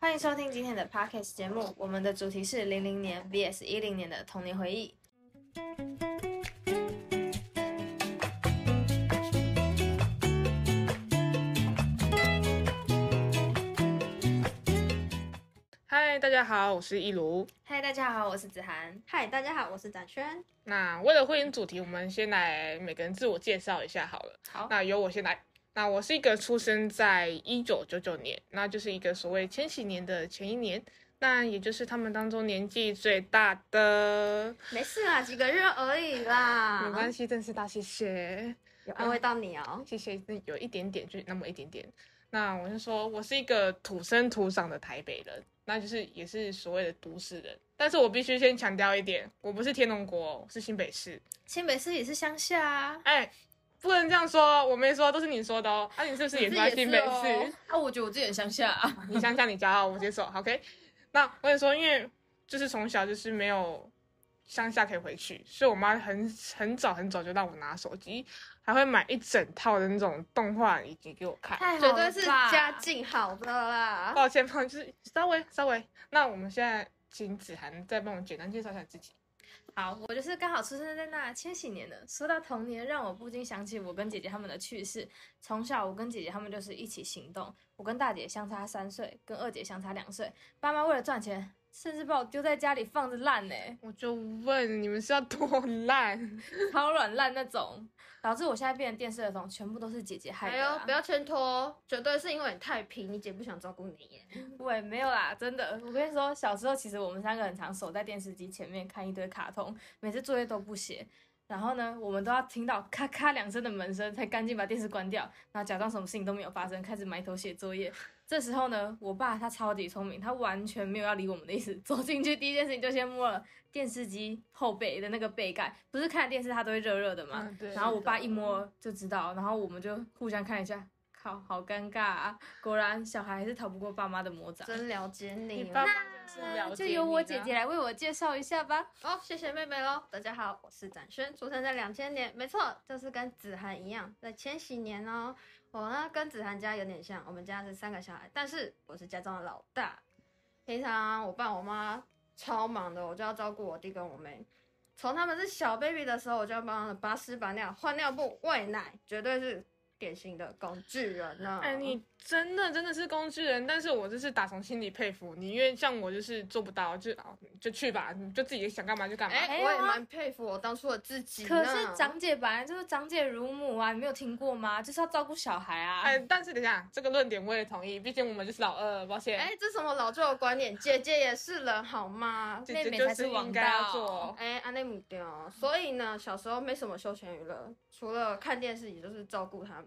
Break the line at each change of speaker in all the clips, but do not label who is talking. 欢迎收听今天的 Podcast 节目，我们的主题是零零年 VS 一零年的童年回忆。
嗨，大家好，我是一如。
嗨，大家好，我是子涵。
嗨，大家好，我是展轩。
那为了会迎主题，我们先来每个人自我介绍一下好了。
好，
那由我先来。那我是一个出生在一九九九年，那就是一个所谓千禧年的前一年，那也就是他们当中年纪最大的。
没事啦，几个月而已啦，
没关系，真是大谢谢，
有安慰到你
啊
哦。
谢谢，那有一点点，就那么一点点。那我是说，我是一个土生土长的台北人，那就是也是所谓的都市人。但是我必须先强调一点，我不是天龙国哦，我是新北市。
新北市也是乡下啊，
哎、不能这样说，我没说，都是你说的哦。啊，你是不是也住在新北
你自己也是
市？
啊，我觉得我自己很乡下、
哦
啊，
你想想，你骄傲，我接受。OK，那我跟你说，因为就是从小就是没有乡下可以回去，所以我妈很很早很早就让我拿手机，还会买一整套的那种动画以及给我看。
太好
绝
了吧
对是家境好的啦。
抱歉，抱歉，就是稍微稍微。那我们现在请子涵再帮我简单介绍一下自己。
好，我就是刚好出生在那千禧年的。说到童年，让我不禁想起我跟姐姐她们的趣事。从小，我跟姐姐她们就是一起行动。我跟大姐相差三岁，跟二姐相差两岁。爸妈为了赚钱，甚至把我丢在家里放着烂呢、
我就问你们是要多烂？
超软烂那种，导致我现在变成电视儿童，全部都是姐姐害
哎
的、
呦，
啊
不。要牵拖，绝对是因为你太皮，你姐不想照顾你耶。
喂，没有啦，真的。我跟你说，小时候其实我们三个很常守在电视机前面看一堆卡通，每次作业都不写。然后呢，我们都要听到咔咔两声的门声，才赶紧把电视关掉，然后假装什么事情都没有发生，开始埋头写作业。这时候呢，我爸他超级聪明，他完全没有要理我们的意思，走进去第一件事情就先摸了电视机后背的那个背盖，不是看电视它都会热热的嘛、
嗯对
然后我爸一摸就知道，然后我们就互相看一下，靠，好尴尬啊！果然小孩还是逃不过爸妈的魔掌。
真了解你哦
你爸爸真的是了解
就
你
由我
的
姐姐来为我介绍一下吧。
哦，谢谢妹妹喽！大家好，我是展轩，出生在两千年，没错，就是跟子涵一样，在千禧年哦。我呢跟子涵家有点像，我们家是三个小孩，但是我是家中的老大。平常我爸我妈超忙的，我就要照顾我弟跟我妹。从他们是小 baby 的时候，我就要帮他们拔屎、拔尿、换尿布、喂奶，绝对是典型的工具人呢。
哎，你真的真的是工具人，但是我就是打从心里佩服你，因为像我就是做不到，就哦就去吧，你就自己想干嘛就干嘛。
哎、
没有啊
我也蛮佩服我当初的自己呢。
可是长姐本来就是长姐如母啊，你没有听过吗？就是要照顾小孩啊。
哎，但是等一下，这个论点我也同意，毕竟我们就是老二，抱歉。
哎、这什么老旧的观念？姐姐也是人好吗？
姐姐
妹妹
就
才是
是
王
应该要
道
做。
哎，安内姆丢。所以呢，小时候没什么休闲娱乐，除了看电视，也就是照顾他们。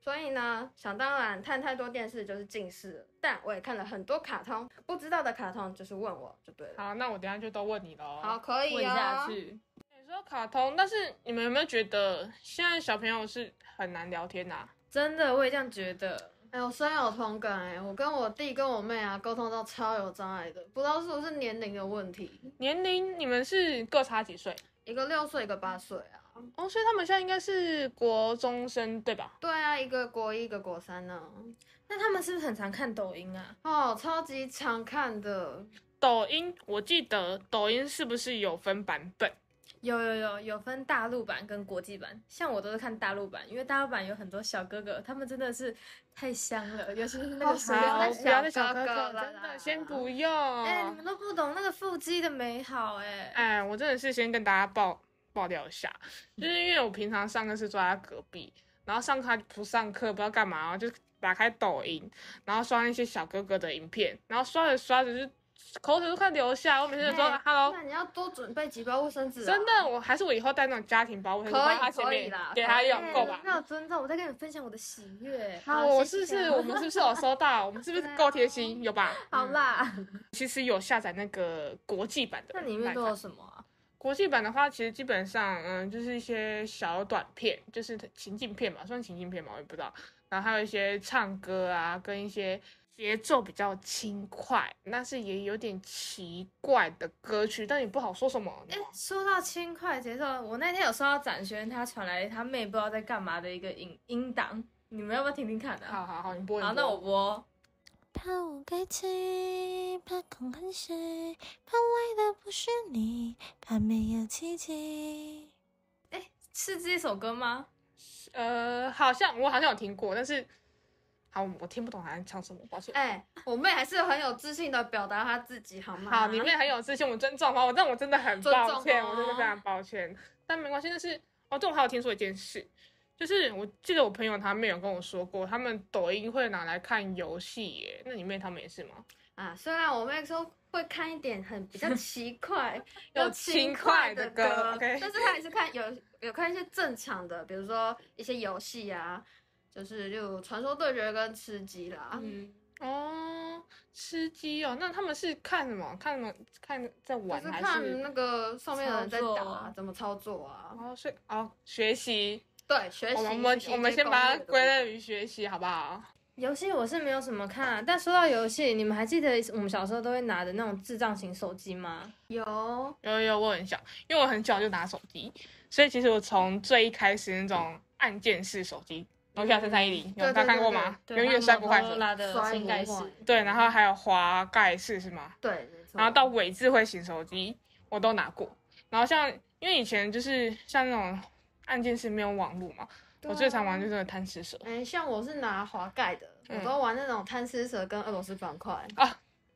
所以呢，想当然看太多电视就是近视了，但我也看了很多卡通，不知道的卡通就是问我就对了。
好，那我等一下就都问你喽。
好，，可以
问下
哦。
去，
你哎说卡通，但是你们有没有觉得现在小朋友是很难聊天呐、啊
真的我也这样觉得。
哎，我深有同感哎，我跟我弟跟我妹啊沟通都超有障碍的，不知道是不是年龄的问题，
年龄你们是各差几岁？
一个六岁，一个八岁啊。
哦，所以他们现在应该是国中生对吧？
对啊，一个国一，一个国三呢、
那他们是不是很常看抖音啊？
哦，超级常看的，
抖音，我记得抖音是不是有分版本？
有有有有分大陆版跟国际版，像我都是看大陆版，因为大陆版有很多小哥哥，他们真的是太香了，尤其是那个水流
好
在
在
不要再
小
小
哥
哥
哥了啦
真的先不用。
哎、你们都不懂那个腹肌的美好哎、
哎，我真的是先跟大家爆爆料一下，就是因为我平常上课是坐在他隔壁，然后上课他不上课，不知道干嘛，然后就打开抖音，然后刷那些小哥哥的影片，然后刷着刷着就口水都快流下来。我每天就说
哎
“hello”，
那你要多准备几包卫生纸、啊。
真的，我还是我以后带那种家庭包，我会放在他前
可以
面
啦
给他用
可以
够吧？
没有尊哎重，我在跟你分享我的喜悦。
好
我
谢
是
谢
不是我们是不是有收到？我们是不是够贴心？有吧？
好啦，
其实有下载那个国际版的
那
来看，
里面都有什么啊？
国际版的话，其实基本上，嗯，就是一些小短片，就是情境片嘛，算情境片嘛，我也不知道。然后还有一些唱歌啊，跟一些节奏比较轻快，但是也有点奇怪的歌曲，但也不好说什么。
哎、说到轻快节奏，我那天有收到展轩他传来他妹不知道在干嘛的一个音音档，你们要不要听听看啊？
好好好，你播。你
好，
播
那我播。
怕我该起，怕空恨谁，怕来的不是你，怕没有奇迹。
是这首歌吗？
呃，好像我好像有听过，但是好，我听不懂他在唱什么，抱歉。
哎、我妹还是很有自信的表达她自己，好吗？
好，你妹很有自信，我尊重哦，但我真的很
尊重
抱歉，
哦
我真的非常抱歉。但没关系，但是哦，这我还有听说一件事，就是我记得我朋友他妹有跟我说过，他们抖音会拿来看游戏耶。那你妹他们也是吗？、
啊，虽然我妹说会看一点很比较奇怪
有
有
轻
轻
快
快的
的歌，OK
但是她还是看有有看一些正常的，比如说一些游戏啊，就是例如《传说对决》跟《吃鸡》啦。
嗯，
哦，吃鸡哦，那他们是看什么？看什么？看在玩
就是
还
看
是？
那个上面的人在打、
操作
怎么操作啊？
哦，是哦，学习。
对，学习。
我们我们
学习一些
我们先把它
攻略的
归类
东西
于学习，好不好？
游戏我是没有什么看、啊，但说到游戏，你们还记得我们小时候都会拿的那种智障型手机吗？
有
有有，我很小，因为我很小就拿手机，所以其实我从最一开始那种按键式手机，诺基亚三三一零，有
对
大
嗯对
家看
对
过
对
吗？
对
永远摔不坏手机。
拉的
摔
掀盖式
模，
对，然后还有滑盖式是吗？
对，没错
然后到伪智慧型手机我都拿过。然后像因为以前就是像那种按键式没有网络嘛，
啊
我最常玩就是那个贪吃蛇，
哎、像我是拿滑盖的，
嗯
我都玩那种贪吃蛇跟俄罗斯方块。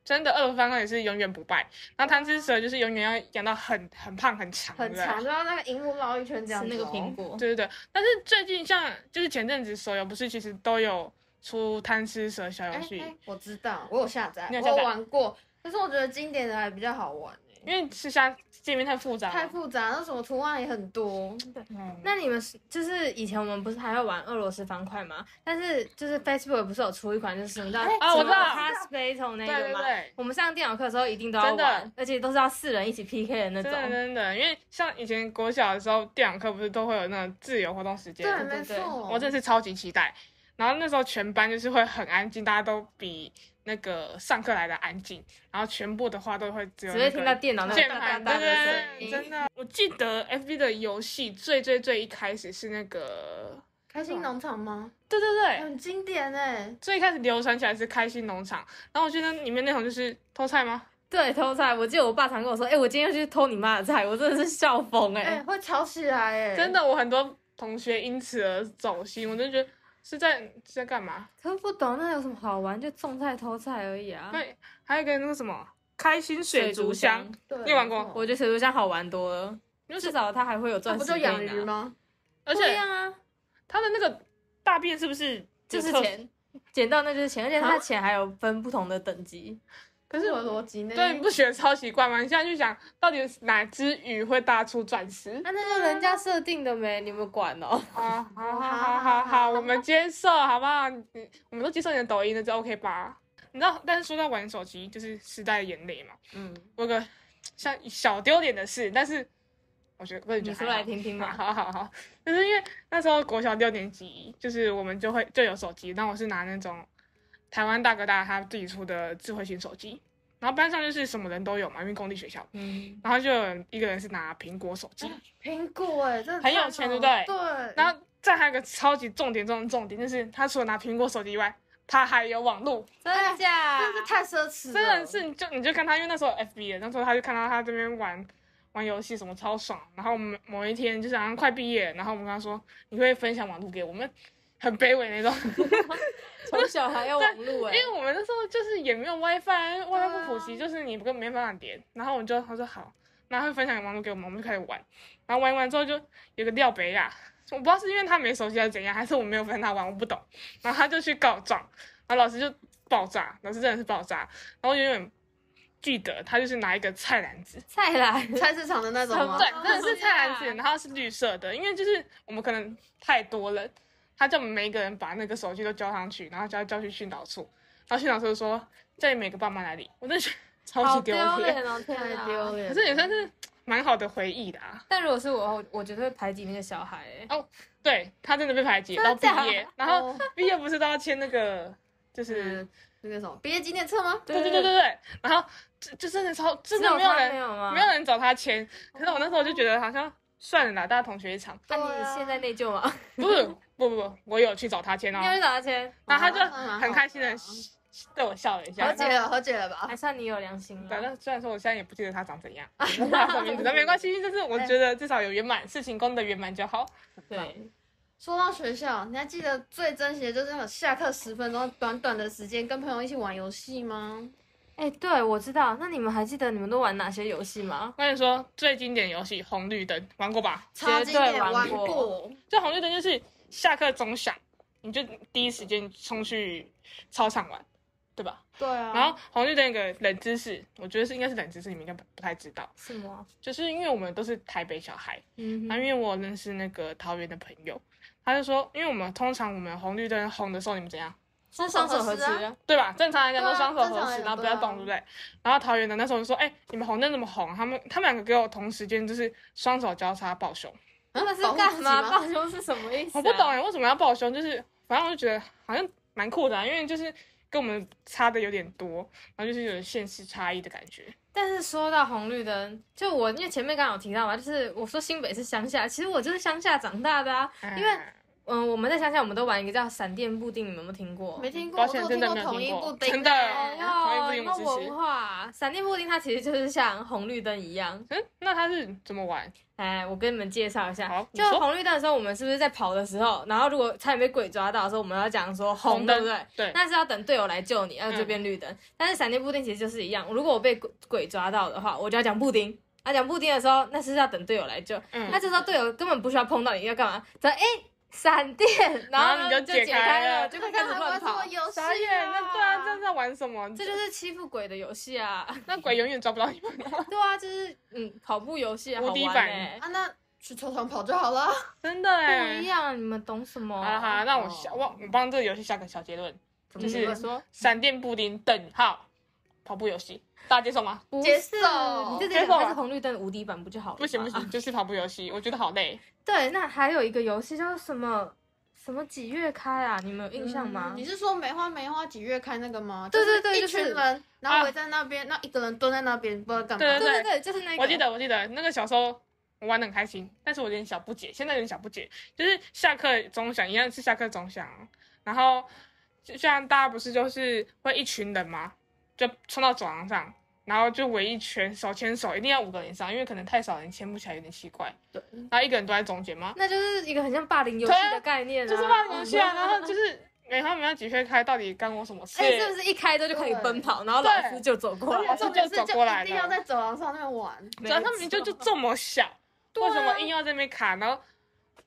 真的二十方块也是永远不败。然后贪吃蛇就是永远要养到很很胖很长，对
很
不对啊
长，就要那个荧幕绕一圈这样
吃
子、哦
那个苹。果，
对对对，但是最近像就是前阵子手游不是其实都有出贪吃蛇小
哎、
游戏，
哎我知道，我有下载，
你有
我
下载哦
有玩过，但是我觉得经典的还比较好玩、欸、
因为是像界面太复杂了，
太复杂，那什么图案也很多。
嗯
那你们是就是以前我们不是还会玩俄罗斯方块吗？但是就是 Facebook 不是有出一款就是什么叫哦
啊我知道
s p a t o 那
对
个
嗯对
吗？
对。
我们上电脑课的时候一定都要
真的
玩，而且都是要四人一起 PK 的那
真的
种。
真的，因为像以前国小的时候，电脑课不是都会有那种自由活动时间，
对，
对
没
对
错。
我真的是超级期待。然后那时候全班就是会很安静，大家都比那个上课来的安静，然后全部的话都会只有
只会
那个
听到电脑那
键
种哒哒
盘，
哒的
对
声
对，
音。
真的。我记得 FB 的游戏最最最一开始是那个，
开心农场吗？
对对对，
很经典哎、
最一开始流传起来是开心农场，然后我觉得里面内容就是偷菜吗？
对，偷菜。我记得我爸常跟我说：“哎、我今天要去偷你妈的菜。”我真的是笑疯哎、
哎、会吵起来哎、
真。的，我很多同学因此而走心，我就觉得是在是在干嘛？
可是不懂那有什么好玩，就种菜偷菜而已啊。
对，还有一个那个什么开心水族箱，，
对，
你有玩过
没错
我觉得水族箱好玩多了，
就
至
是啊
少它还会有
那
钻
不
石
就
可以
养
拿。
鱼吗？
而
不一
且
样啊，
它的那个大便是不是
就是
有特？
钱，捡到那就是钱，而且它
啊
的钱还有分不同的等级。
可是
我
我
的逻辑呢？
对你不觉得超奇怪吗？你现在就想到底哪只鱼会大出钻石？
啊，那是人家设定的没，你们管哦。
啊，好好好好好，我们接受好不好？你我们都接受你的抖音，那就 OK 吧？你知道，但是说到玩手机，就是时代的眼泪嘛。
嗯，
我有个像小丢脸的事，但是我觉得个人觉
你
得还
说
好
来听听嘛。
好好好，就是因为那时候国小六年级，就是我们就会就有手机，但我是拿那种台湾大哥大他自己出的智慧型手机，然后班上就是什么人都有嘛，因为公立学校，
嗯，
然后就有一个人是拿苹果手机，
苹果哎、真的
很有
太
钱
好
对不对
了对。
然后再还有一个超级重点中的重点，就是他除了拿苹果手机以外，他还有网络，
真假？
真的是太奢侈了，
真的是你就你就看他，因为那时候有 FB 的，那时候他就看到他这边玩玩游戏什么超爽，然后我们某一天就是好像快毕业，然后我们跟他说你会分享网络给我们，很卑微那种，
从小还要网路哎、
因为我们那时候就是也没有 WiFi，WiFi 不普及，就是你根本没办法连，然后我们就他说好，然后他就分享网络给我们，我们就开始玩，然后玩一玩之后就有个廖北亚，我不知道是因为他没手机还是怎样，还是我没有跟他玩，我不懂。然后他就去告状，然后老师就爆炸，老师真的是爆炸。然后永远记得他就是拿一个菜篮子，
菜篮，
菜市场的那种吗？
对，真的是菜篮子，
天
然后是绿色的，因为就是我们可能太多了，他叫我们每一个人把那个手机都交上去，然后就要叫去训导处，然后训导处就说叫你每个爸妈来领，我真的觉得超
好
级丢
丢
脸，
脸哦，天
太
哪！
丢脸了。
可是也算是蛮好的回忆的啊。
但如果是我，我我绝对会排挤那个小孩、欸。
对他真的被排挤到毕
假
业，然后
哦
毕业不是都要签那个就是
嗯，那个什么毕业纪念册吗？
对对对对对，然后就就真的超真的
只
没有
哦他
人
没有吗？
没有人找他签，可是我那时候就觉得好像算了啦，大家同学一场。
那、
对
你
啊
现在内疚吗？
不是，不不不，我有去找他签
你要
哦。
去找他签？
然后他
哦那蛮
就
好
很开心的
的啊
对我笑了一下。
和解
那
了，和解了吧
还？算你有良心
对，
了。
但虽然说我现在也不记得他长怎样，我不知道他什么名字，但没关系，就是我觉得至少有圆满，事情功德圆满就好。
对，
说到学校，你还记得最珍惜的就是那种下课十分钟，短短的时间跟朋友一起玩游戏吗？
哎、对，我知道。那你们还记得你们都玩哪些游戏吗？
我跟你说，最经典游戏《红绿灯》玩过吧？
超经典，玩
玩过
过。
这红绿灯就是下课钟响，你就第一时间冲去操场玩，对吧？
对啊，
然后红绿灯有个冷知识，我觉得是应该是冷知识，你们应该不不太知道，
什么？
就是因为我们都是台北小孩，
嗯
然
哼，
后因为我认识那个桃园的朋友，他就说，因为我们通常我们红绿灯红的时候，你们怎样？
是双手合
双
十
手合十
啊。
对吧？正常来讲都
对啊
双手
正常
合
来
十，
讲
然后不
对
要
啊
动，对不对？然后桃园的那时候就说，哎、你们红灯怎么红？他们他们两个给我同时间就是双手交叉抱胸，
他们是
保护
干
自己
嘛？
吗
抱胸是什么意思、啊？
我不懂哎、为什么要抱胸？就是反正我就觉得好像蛮酷的、啊，因为就是跟我们差的有点多，然后就是有点现实差异的感觉。
但是说到红绿灯，就我因为前面刚好有提到嘛，就是我说新北是乡下，其实我就是乡下长大的啊。
哎
因为嗯，我们在乡下，我们都玩一个叫闪电布丁，你们有没有听过？
没听过，
抱
我
歉
只有
真
听
的
过
没有
统一
听过
布丁欸，
真的
哎呦，
好有
那
这种知识
文化，闪电布丁它其实就是像红绿灯一样。
嗯，那他是怎么玩？
哎，我跟你们介绍一下
好，你
就
说
红绿灯的时候，我们是不是在跑的时候，然后如果差点被鬼抓到的时候，我们要讲说红，对
灯
不对？
对，
那是要等队友来救你，然后就
嗯
变绿灯。但是闪电布丁其实就是一样，如果我被鬼鬼抓到的话，我就要讲布丁。啊，讲布丁的时候，那是要等队友来救。
嗯
那这时候队友根本不需要碰到你，要干嘛？只要哎闪电，然后
然后
呢
你就
解
解开
了，
了
就会开始 乱跑。
游戏
傻眼，那对啊，这是在玩什么？
啊这就是欺负鬼的游戏啊！
那鬼永远抓不到你们。
对啊，就是嗯，跑步游戏啊好
无
玩
敌版
欸
啊，那去操场跑就好了。
真的
不啊
哎、
一样，你们懂什么？
好了好了，那我下我我帮这个游戏下个小结论，就
你们
嗯
是
说
闪电布丁等号跑步游戏，大家接受吗？
不
接
是，
受
你这
接
点
受
它
啊
是红绿灯的无敌版不就好了？
不行不。行， 就是跑步游戏，我觉得好累。
对，那还有一个游戏叫什么什么几月开啊？你们有印象吗
嗯？你是说梅花梅花几月开那个吗？
对
就是
对对
一
就是
群人，然后
啊
围在那边，那一个人蹲在那边，不知道干
对
嘛。
对对对，就是那个。
我记。得，我记得那个小时候我玩的很开心，但是我有点小不解，现在有点小不解，就是下课钟响一样是下课钟响哦，然后就像大家不是就是会一群人嘛，就冲到走廊上，然后就围一圈，手牵手，一定要五个人以上，因为可能太少人牵不起来，有点奇怪。
对，
然后一个人都在中间嘛，
那就是一个很像霸凌游戏的概念啊，
就是骂游戏啊，然后就是每他们要几岁开，到底干我什么事？
哎，是不是一开之后就可以奔跑，然后老师就走过
而且
来
对？
重点是，
就走过
就
来
一定要
了
在走廊上那边玩。
主要他们就就这么小，
啊
为什么硬要在那边卡？然后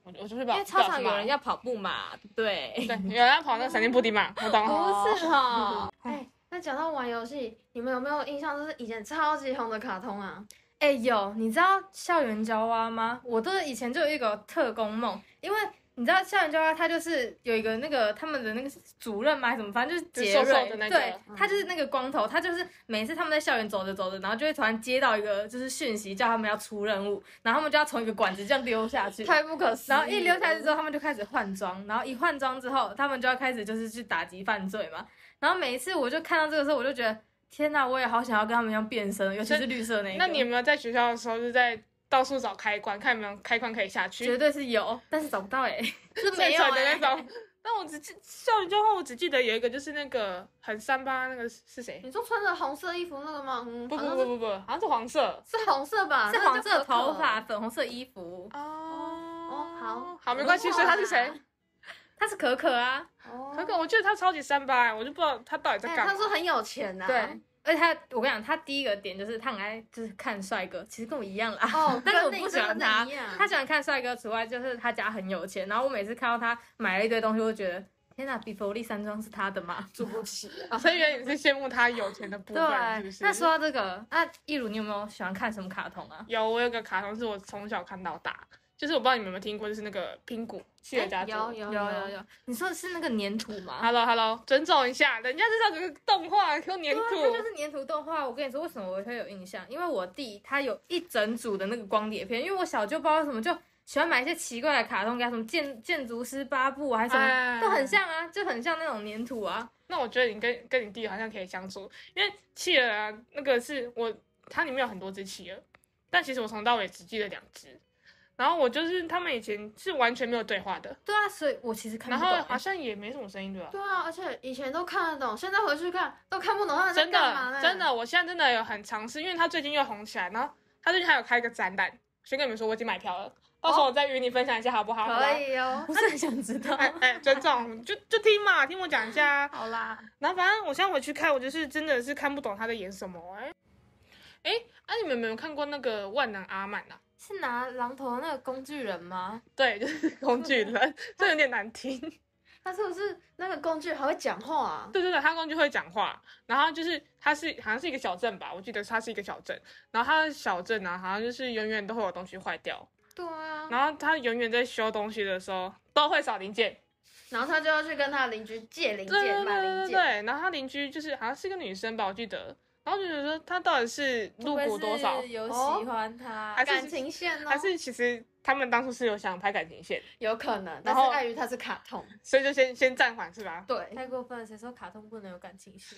我我就是把
因为操场有人
要。
要跑步嘛，对不对？
对，有人要跑那个闪电布丁嘛，我懂。
不是哈，
哎，那讲到玩游戏，你们有没有印象？就是以前超级红的卡通啊，
哎、有，你知道校园交蛙吗？我都以前就有一个特工梦，因为你知道校园交蛙，他就是有一个那个他们的那个主任嘛，还是什么，反正就是杰
就
瑞，
瘦瘦的那个
对，他就是那个光头，他就是每次他们在校园走着走着，然后就会突然接到一个就是讯息，叫他们要出任务，然后他们就要从一个管子这样溜下 去。
太不可思议
然
了。
后一溜下去之后，他们就开始换装，然后一换装之后，他们就要开始就是去打击犯罪嘛。然后每一次我就看到这个时候，我就觉得天哪，我也好想要跟他们一样变身，尤其是绿色那一个。
那你有没有在学校的时候就在到处找开关，看有没有开关可以下
绝
去？
对是有，但是找不到哎、
是
现
没有
成的那
欸
种。但我只记校园教话，我只记得有一个就是那个很三八那个是是谁？
你说穿着红色衣服那个吗？嗯，
不
好
不
像
不
是
不不，好像是黄色。
是红色吧？
是
那
黄
就
色
可可
头发，，粉红色衣服，
哦哦
好
好，没关系。
我
所
忘
以
了
他是谁？
她是可可啊，
哦
可可，我记得他超级三八，我就不知道他到底在
哎
干嘛。
他说很有钱啊呐。
对，而且她我跟你讲，她第一个点就是她很爱就是看帅哥，其实跟我一样 啦。
哦，
但是我
跟你
不喜
真的
欢他
一样
她喜欢看帅哥，除外就是她家很有钱，然后我每次看到她买了一堆东西，我就觉得天哪，比佛利山庄是她的吗？
住不起啊。
所以原来你是羡慕他有钱的部
对
分，是不，是？
那说到这个，那一如你有没有喜欢看什么卡通啊？
有，我有个卡通是我从小看到大，就是我不知道你们有没有听过，就是那个拼谷企鹅家族。
哎有有
哎有有。有，你说的是那个粘土吗？
Hello Hello，尊重一下，人家至少有个动画，有粘
对啊，
土
它就。是粘土动画。我跟你说，为什么我会有印象？因为我弟他有一整组的那个光碟片，因为我小舅不知道为什么就喜欢买一些奇怪的卡通，给他什么建建筑师八部啊，还是什么，
哎
都很。像啊，就很像那种粘土啊。
那我觉得你跟跟你弟好像可以相处，因为企鹅啊，那个是我它里面有很多只企鹅，但其实我从头到尾只记得两只。然后我就是他们以前是完全没有对话的，
对啊，所以我其实看
然
不
后
懂欸。
哎
好像也没什么声音，对吧？
对啊，而且以前都看得懂，现在回去看都看不懂他们在
真
干嘛
的
呢？
真的，我现在真的有很尝试，因为他最近又红起来，然后他最近还有开一个展览，先跟你们说我已经买票了，到时候我再与你分享一下好不好？好吧
可。以哦。
不是很想知道。
哎 哎，尊重，就就听嘛，听我讲一下啊。
好啦，
然后反正我现在回去看，我就是真的是看不懂他在演什么哎、哎，啊，你们有没有看过那个万能阿满啊？
是拿榔头那个工具人吗？
对， 就是工具人，这有点难听。
他是不是那个工具还会讲话啊？
对对对，他工具会讲话，然后就是他是好像是一个小镇吧，我记得他是一个小镇，然后他的小镇呢、好像就是永远都会有东西坏掉，
对啊，
然后他永远在修东西的时候都会少零件，
然后他就要去跟他的邻居借零
对对
件、买
对
零
对
件。
对，然后他邻居就是好像是个女生吧，我记得，然后就觉得说他到底是入
会不
股
会
多少
是，有喜欢他，
还是
感情线哦，
还是其实他们当初是有想拍感情线，
有可能，
然
但
后
是碍于它是卡通，
所以就先先暂缓是吧？
对，
太过分了，谁说卡通不能有感情戏？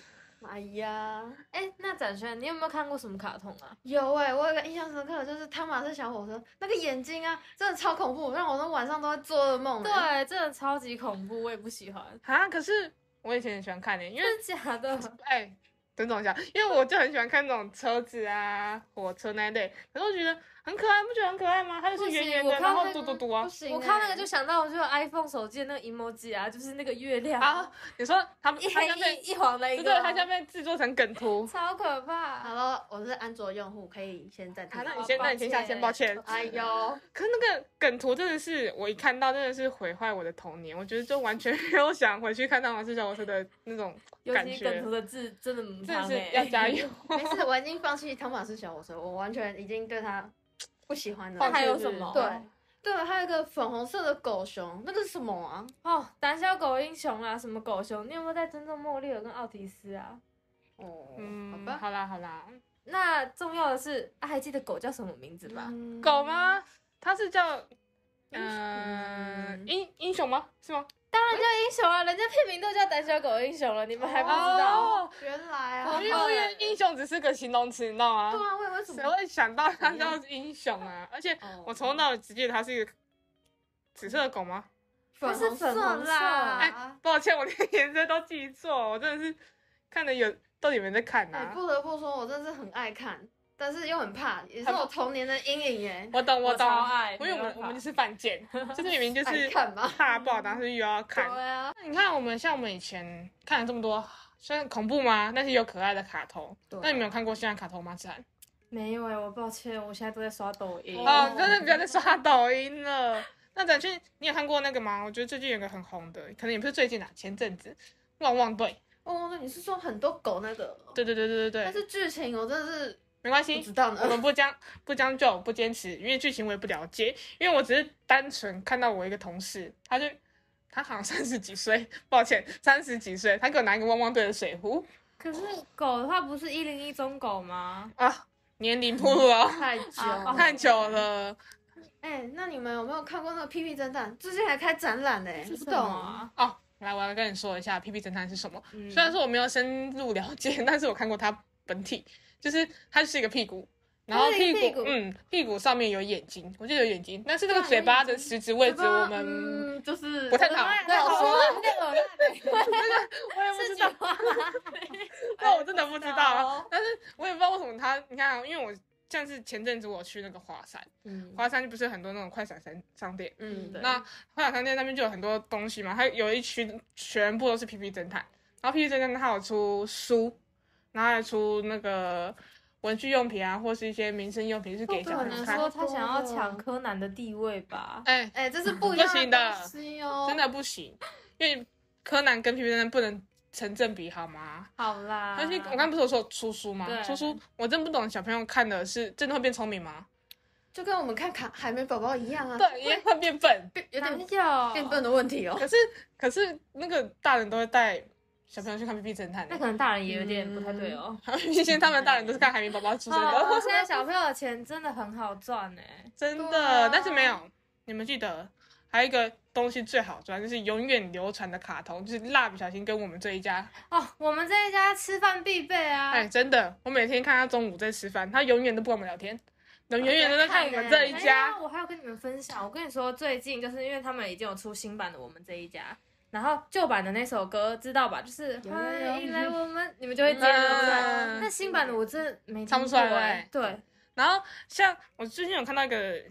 哎呀，
哎，那展轩，你有没有看过什么卡通啊？
有哎、我有个印象深刻的就是汤马斯小火车那个眼睛啊，真的超恐怖，让我都晚上都会做噩梦、欸。
对，真的超级恐怖，我也不喜欢。
啊，可是我以前很喜欢看的、 因为
真的假的？
哎，等等一下，因为我就很喜欢看那种车子啊、火车那一类，可是我觉得很可爱，不觉得很可爱吗？它就是圆圆
不
的，然
行我看
后
那
嘟
个
嘟嘟啊
不。行欸、
我看那个就想到，我就有 iPhone 手机的那个 emoji 啊，就是那个月亮，
啊，你说他们
一
它
黑
将被，
一一黄的一
对
个
对，
哦，
它将被制作成梗图。
超可怕。
好了，我是安卓用户，可以先暂停
好，
了。
那你
好
先，
抱
那你先下线，抱歉。
哎呦，
可是那个梗图真的是，我一看到真的是毁坏我的童年，我觉得就完全没有想回去看《大马士小火车》的那种
尤
感
其
觉，
梗图的字真的母
真的
汤
是要
哎，
加 油。
没事，我已经放弃汤马斯小火车，我完全已经对他不喜欢
那
了。
还有什么？
对对了，还有一个粉红色的狗熊，那个是什么啊？
哦，胆小狗英雄啊，什么狗熊？你有没有在尊重莫莉尔跟奥提斯啊？
哦，
嗯，
好吧，
好啦好啦，
那重要的是，啊、还记得狗叫什么名字吧？
嗯
狗？吗？它是叫
英雄
嗯英英雄吗？是吗？
当然叫英雄啊，人家片名都叫胆小狗英雄了，你们还不知道？
哦，
原来
我
啊，
因为英雄只是个形容词，你知道吗？
对啊，我以为什
谁
么？
会想到它叫英雄啊？而且
哦
我从头到尾只记得它是一个紫色的狗吗？
粉
是
红
粉
色啊
红色
啦，
哎
抱歉，我连颜色都记错，我真的是看的有到底有没有在看
哎，
啊？
不得不说，我真的是很爱看，但是又很怕，也是我童年的阴影耶。
我懂
我
懂
超爱，
因为我
没
们
办法
我们就是 犯贱，就是明明就
爱
是
看吧。
怕不好，但是又要
对
看。
啊，
那你看，我们像我们以前看了这么多，虽然恐怖吗？但是有可爱的卡通。
对啊
那你们有看过现在卡通吗？子啊涵？
没有哎、我抱歉，我现在都在刷抖音。
哦
哦，真的不要再刷抖音了。那展讯，你有看过那个吗？我觉得最近有个很红的，可能也不是最近啊，前阵子《旺旺队》。
哦，那你是说很多狗那个？
对对对对对
但
对，
是剧情我真的是
没关
不
系
知，道
我
呢。
们不将不将就，不坚持，因为剧情我也不了解，因为我只是单纯看到我一个同事，他就他好像三十几岁，抱歉，三十几岁，他给我拿一个旺旺队的水壶
可是狗的话，不是一零一中狗吗？
啊，年龄暴露哦，
太久
啊
太久了。
哎，那你们有没有看过那个《屁屁侦探》？最近还开展览呢，
是
不
什么
懂啊？
啊？
哦，来，我要跟你说一下《屁屁侦探》是什么。
嗯
虽然说我没有深入了解，但是我看过它本体，就是它就是一个屁股，然后
它是一
屁
个屁股
股，嗯，屁股上面有眼睛，我记得有眼睛，但是那个
对啊
嘴巴的
有眼睛
实质位置我们、
嗯就是
不太懂
哎
对，我说那个耳
我也不知道，那哎我真的不知道，啊但是我也不知道为什么它，你看啊，因为我像是前阵子我去那个华山，
嗯，
华山就不是很多那种快闪商商店。
嗯，对
那快闪商店那边就有很多东西嘛，它有一区全部都是 PP 侦探，然后 PP 侦探它有出书，然后还出那个文具用品啊，或是一些民生用品，是给
不
小
可
朋
能
友
说
看。
他想要抢柯南的地位吧？
哎、
哎，这是不一样
不行的
东西哦。
真的不行，因为柯南跟 PP 侦探不能成正比，好吗？
好啦，
而且我刚不是有说出书吗？
啊对
出书我真不懂小朋友看的是真的会变聪明吗？
就跟我们看卡海绵宝宝一 样啊，
对，也会变笨。
变有
哪
点
有
变笨的问题 哦。
可是可是那个大人都会带小朋友去看 PP 侦探、
那
欸，
可能大人也有点不太对哦。
毕竟他们大人都是看海绵宝宝出生的。
哦，现在小朋友的钱真的很好赚哎，
真的，
对啊
但是没有，你们记得还有一个东西最好赚，就是永远流传的卡通，就是蜡笔小新跟我们这一家。
哦，我们这一家吃饭必备啊。
哎哎、真的，我每天看他中午在吃饭，他永远都不跟我们聊天，
哦
能远远的在看我们这一
哎
家
呀，，我还有跟你们分享，我跟你说，最近就是因为他们已经有出新版的《我们这一家》，然后旧版的那首歌知道吧？就是
有有
欢迎来我们，你们就会接对不对？
嗯
那新版的我真的没
唱不
听
出来
过
对
哎对，
然后像我最近有看到一个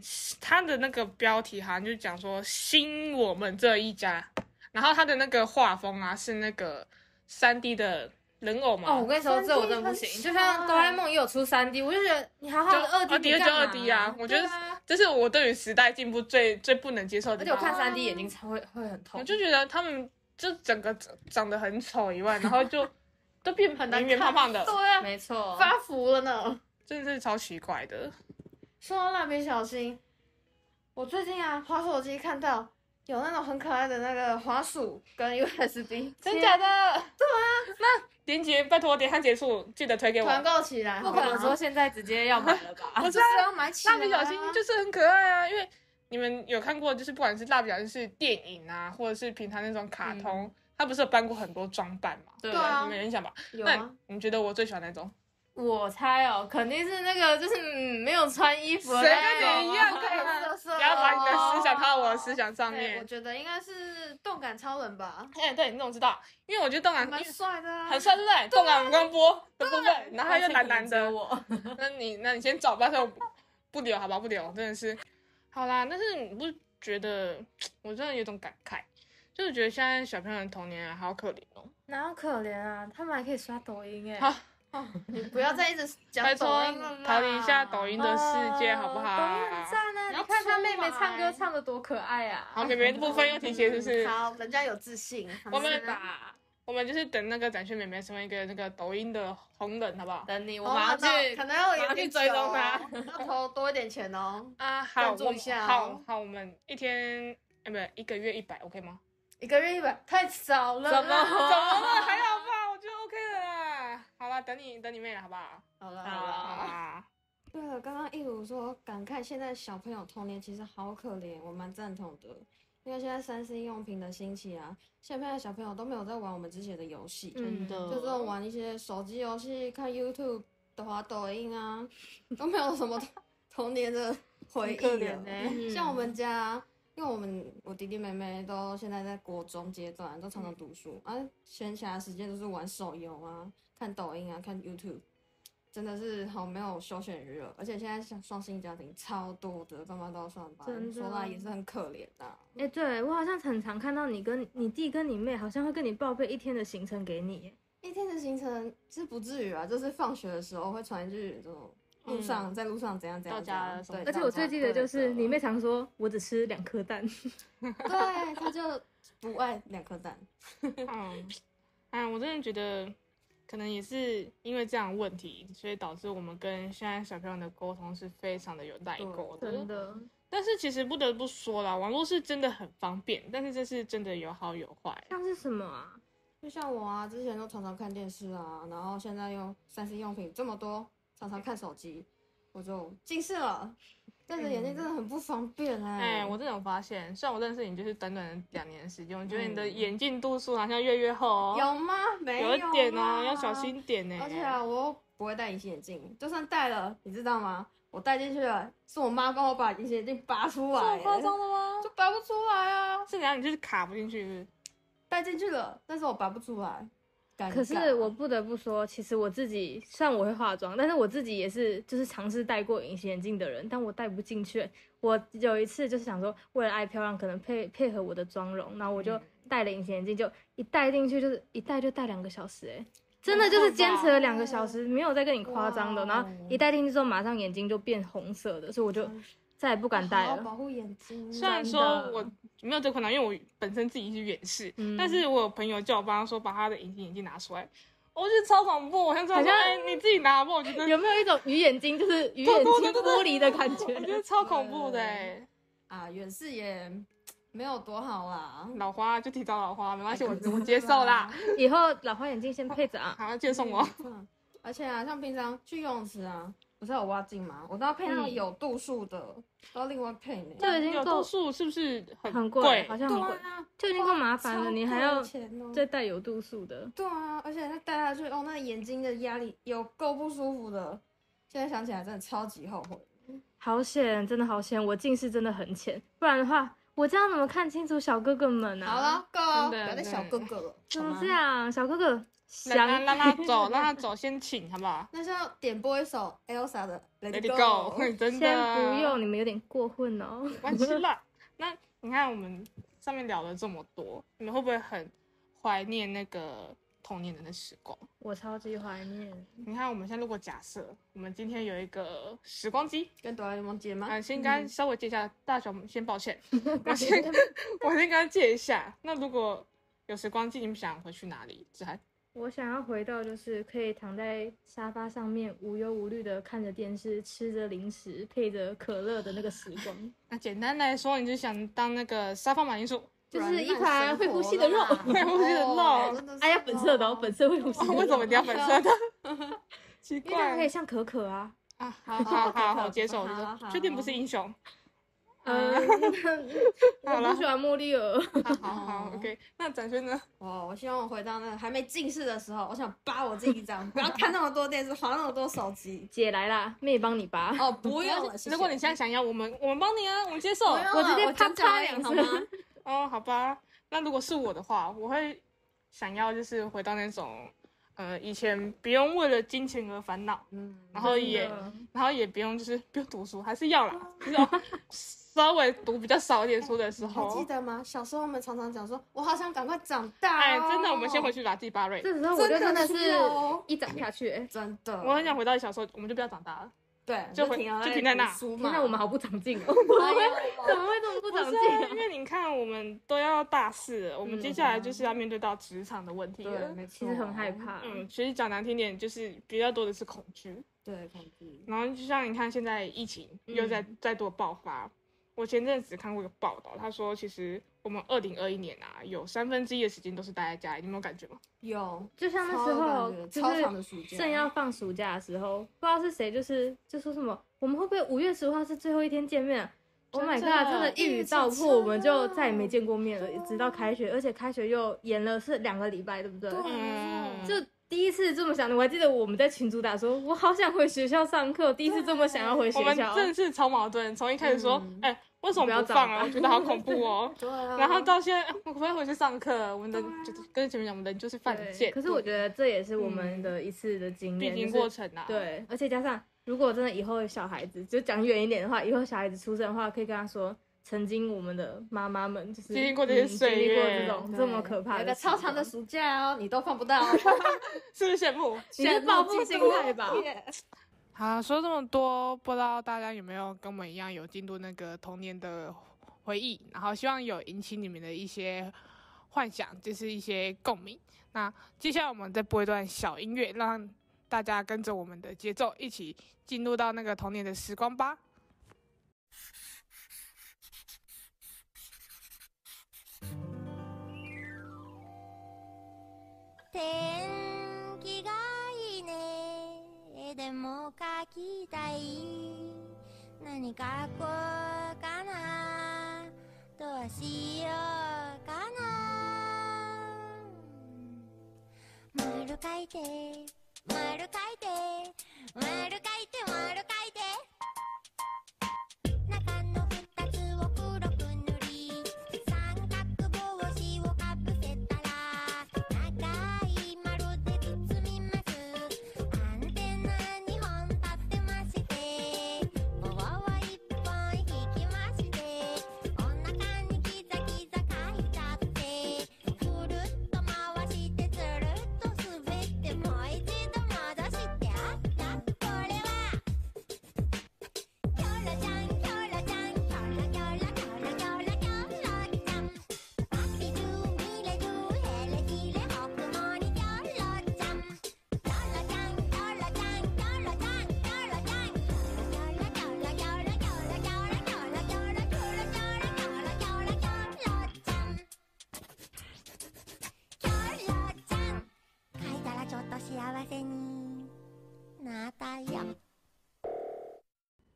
他的那个标题，好像就讲说“新我们这一家”，然后他的那个画风啊是那个三 D 的人偶嘛，
哦，我跟你说，
3D
这我真的不行。
很
就像
帅
哆啦 A 梦也有出三 D，我就觉得你好好
欸就
二 D
二 D
你
就
干嘛
二 D 啊，我觉得
对啊
这是我对于时代进步最最不能接受的
而
地
且我
方。
看三 D 眼睛才会会很痛
我。就觉得他们就整个长长得很丑以外，然后就都变
很难
圆圆
看
胖胖的，
对啊，
没错，
发福了呢。
真的是超奇怪的。
说到蜡笔小新，我最近啊滑手机看到有那种很可爱的那个滑鼠跟 USB，
真假的？对啊，那连结拜托点它结束，记得推给我。
团购起
啊
来，
不可能说现在直接要买了吧？
我
我
知
是
道
要买起来、
蜡
啊。
笔小新就是很可爱啊，因为你们有看过，就是不管是蜡笔小新是电影啊，或者是平常那种卡通，它不是有搬过很多装扮嘛？
对
嗯对啊
你们印象吧？
有
那
啊，
你觉得我最喜欢哪种？
我猜哦，肯定是那个就是、嗯、没有穿衣服的
谁
那
跟你
种
一 样
啊
可以吗
色色
不要把你的
哦
思想套到我的思想上
哎对，我
面。
觉得应该是动感超人吧，
哎、对，你怎么知道？因为我觉得动感
蛮帅的啊。
很帅，对不 对？动感五官波的部分，然后他
完
又
全
蓝蓝
不理解
的。
我
那你那你先找吧，但是我不留，好吧，不留，真的是。好啦，但是你不觉得我真的有种感慨，就是觉得现在小朋友的童年啊，好可怜哦。
哪有可怜啊？他们还可以刷抖音哎、
好
你不要再一直讲
拜
抖
托
音了啦，
逃离一下抖音的世界，
哦
好不好？
抖音很赞啊！
你
你
要
看他
出
妹妹
来
唱歌唱的多可爱啊！
好，妹妹的部分又提起，是不是？
嗯好，人家有自信。
我们
是
吧，
我们就是等那个展讯妹妹成为一个那个抖音的红人，好不好？
等你，我
哦
马上
那
去
可。能要
马
有
上去
点
追
久
踪他
哦， 要投多一点钱哦，
啊，好，
关注
我
一下
好
哦
好，我们一天，哎，不对，一个月一百，OK 吗？
一个月一百太少了啦。
怎么
怎么了？还好吧，我觉得 OK 的啦。好了，等你等你妹了，好不好？
好了
好
好了。
啊，
对了，刚刚一如说感慨现在小朋友童年其实好可怜，我蛮赞同的。因为现在三 C 用品的兴起啊，现在的小朋友都没有在玩我们之前的游戏，
嗯
就是玩一些手机游戏、看 YouTube、滑抖音啊，都没有什么童年 的回忆
可
了。
怜呢。嗯
像我们家，因为我们我弟弟妹妹都现在在国中阶段，都常常读书、啊，闲暇时间都是玩手游啊、看抖音啊、看 YouTube，真的是好没有休闲娱乐。而且现在像双薪家庭超多的，爸妈都要上
真
班，
的
说来也是很可怜啊的、
哎、对我好像很常看到你跟你弟跟你妹，好像会跟你报备一天的行程给你。欸
一天的行程是不至于啊，就是放学的时候会传一句这种。路上、在路上怎样怎样
到
怎
家
样，
了什么
对
而且我最记得就是你妹，常说，我只吃两颗蛋。
到家对，他就不爱两颗蛋，
嗯，哎，我真的觉得，可能也是因为这样的问题，所以导致我们跟现在小朋友的沟通是非常的有代沟的。
真的，
但是其实不得不说啦，网络是真的很方便，但是这是真的有好有坏。
像是什么啊？
就像我啊，之前都常常看电视啊，然后现在用三 C 用品这么多，常常看手机，我就近视了，戴着眼镜真的很不方便哎、
哎，我这种发现，虽然我认识你就是短短的两年的时间，我觉得你的
嗯
眼镜度数好像越来越厚哦，
有吗？没
有一点
啊，
哦，要小。心点呢。
而且啊，我又不会戴隐形眼镜，就算戴了，你知道吗？我戴进去了，是我妈帮我把隐形眼镜拔出来、
这么
哎
夸张的吗？
就拔不出来啊！
是怎样？你就是卡不进去是不是？
戴进去了，但是我拔不出来，尴尬
可是我不得不说，其实我自己虽然我会化妆，但是我自己也是就是尝试戴过隐形眼镜的人，但我戴不进去。我有一次就是想说，为了爱漂亮，可能配配合我的妆容，然后我就
嗯
戴了隐形眼镜，就一戴进去就是一戴就戴两个小时、欸，真的就是坚持了两个小
哦
时，没有再跟你夸张的。
哇
然后一戴进去之后，马上眼睛就变红色的，所以我就再也不敢戴
好好
了。
保护眼睛。
虽然
真
说
的
我没有这困扰，因为我本身自己是远视，
嗯
但是我有朋友叫我帮他说把他的隐形眼镜拿出来，我觉得超恐怖，我想知道
好
说，
像
哎、你自己拿吧，我觉得
有没有一种鱼眼睛就是鱼眼睛玻璃的感
我 觉
觉？嗯
得超恐怖的、
对
哎
啊，远视也没有多好啦。
老花就提早老花，没关系，
哎
我我接受 啦，
以后老花眼镜先配着啊。
好，接受我。
嗯，而且啊，像平常去游泳池啊，不是有蛙镜吗？我都要配那个
嗯
有度数的，都要另外配呢。
就已经
有度
够
数是不是
很
贵？
贵，好像很
对
贵，
啊，
就已经够麻烦
超
了，你还
贵的
要
钱哦
再带有度数的。
对啊，而且那戴下去哦，那眼睛的压力有够不舒服的。现在想起来真的超级后悔。
好险，真的好险，我近视真的很浅，不然的话，我这样怎么看清楚小哥哥们呢、啊
好，了，够了，不
真的
要再小哥哥了，
怎
好
么
吗
这？
啊
样？小哥哥
让他
想
让他走，让他走，先请好不 好
那就要点播一首 Elsa 的《
？Let
Let
it
It
go，
Go》。
真的
先不用，你们有点过分哦。
没关系啦。那你看我们上面聊了这么多，你们会不会很怀念那个童年的那时光？
我超级怀念，
你看我们现在如果假设我们今天有一个时光机，
跟哆啦 A 梦接吗
啊、？先跟他稍微借一下大雄，先抱歉，我先
嗯
我先跟他借一下。那如果有时光机，你们想回去哪里？子涵，
我想要回到就是可以躺在沙发上面无忧无虑的看着电视，吃着零食，配着可乐的那个时光，
那简单来说，你就想当那个沙发马铃薯。
就是一盘会呼吸的肉。
会呼吸的肉
哎呀，本色的哦，本色会呼吸
哦
的、
为什么你要粉色的？奇
因为它可
怪
以像可可啊，
啊！好
好
好
好
好
好
好，
好
接
好
受接
好
受，
好
确定不是英雄。
呃，
好
我
了
不喜欢茉莉儿。
好好好
哦
，OK。那展轩呢？
哇！我希望我回到那个还没近视的时候，我想扒我自己一张，不要看那么多电视，划那么多手机。
姐来啦，妹帮你拔。
哦，不用了，谢谢
如果你现在想要，我们我们帮你啊，我们接受。
不用了
我直接
我讲讲
啪啪
而已
两
好吗
声？
哦，好吧。那如果是我的话，我会想要就是回到那种，呃，以前不用为了金钱而烦恼，
嗯，
然后也
真的
然后也不用就是不用读书，还是要啦，就是要稍微读比较少一点书的时
还记
候。
得吗？小时候我们常常讲说，我好想赶快长大、哦。
哎，真的，我们先回去打第八瑞。
这时候我就真的是
真的需要哦
一掌下去、欸。
真的，
我很想回到小时候，我们就不要长大了。
对，
就回
停
就停在那
天
现
哪，我们
好，
好不长进哦！怎么会怎么会这么不
不
长
是
进、
啊
啊
因？为你看，我们都要大四了，我们接下来就是要面对到职场的问题
嗯对，
了。
没错，
其实很害，怕。
嗯，其实讲难听点，就是比较多的是恐惧。
对，恐惧，
然后就像你看，现在疫情又在再度爆发。我前阵子看过一个报道，他说其实我们二零二一年啊，有三分之一的时间都是待在家里，你有没有感觉吗？
有，
就像那时
超
候
有感，觉
就
超长的暑
是
假
正要放暑假的时候，不知道是谁，就是就说什么，我们会不会五月十五号是最后一天见面啊？Oh my
真的
god！真的，一语道破，我们就再也没见过面了，直到开学，而且开学又延了是两个礼拜，对不对？啊
嗯
就第一哦次这么想的，我还记得我们在群主打说，我好想回学校上课，第一次这么想要回
我
学
们
校。
真的是超矛盾，从一开始说，哎、为什么
不要
不放啊？
长大
我觉得好恐怖哦。
对啊，
然后到现在， 我快回去上课，我们的、就是跟前面讲，我们人啊就是犯
对
贱，
可是我觉得这也是我们的一次的经
必
验，
经
就是
过程啊。，
对，而且加上，如果真的以后小孩子，就讲远一点的话，以后小孩子出生的话，可以跟他说，曾经我们的妈妈们就是
经历过这些
嗯
岁
经历过
月
这种
对
这么可怕
有
的
个
时光，
超长的暑假哦，你都放不到 哦，
是不是羡慕？
你是报复心态 吧？
好，说这么多，不知道大家有没有跟我们一样有进入那个童年的回忆，然后希望有引起你们的一些幻想，就是一些共鸣。那接下来我们再播一段小音乐，让大家跟着我们的节奏一起进入到那个童年的时光吧。
天気がいいねでも書きたい何書こうかなどうしようかな丸書いて丸書いて丸書いて丸書いて中の二つを黒く塗り三角帽子をかぶせたら長い丸で包みますアンテナ2本立てまして棒を1本引きましてお腹にギザギザ書いたってくるっと回してつるっと滑ってもう一度戻してあったこれはキョロちゃんキョロちゃんキョロキョロキョロキョロキョロちゃんパピドゥミレドゥヘレヒレホクモニキョロちゃんキョロちゃんキョロちゃんキョロちゃんキョロちゃんキョロキョロキョロキョロキョロキョロキョロキョロキョロキョロキョロキョロキョロキョロちゃん書いたらちょっと幸せになったよ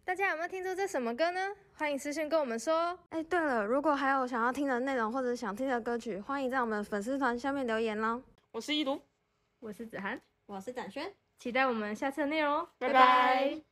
大家有没有听出这什么歌呢？欢迎私信跟我们说。
哎，对了，如果还有想要听的内容或者想听的歌曲，欢迎在我们粉丝团下面留言哦。
我是一如，
我是子涵，
我是展轩，
期待我们下次的内容哦，
拜拜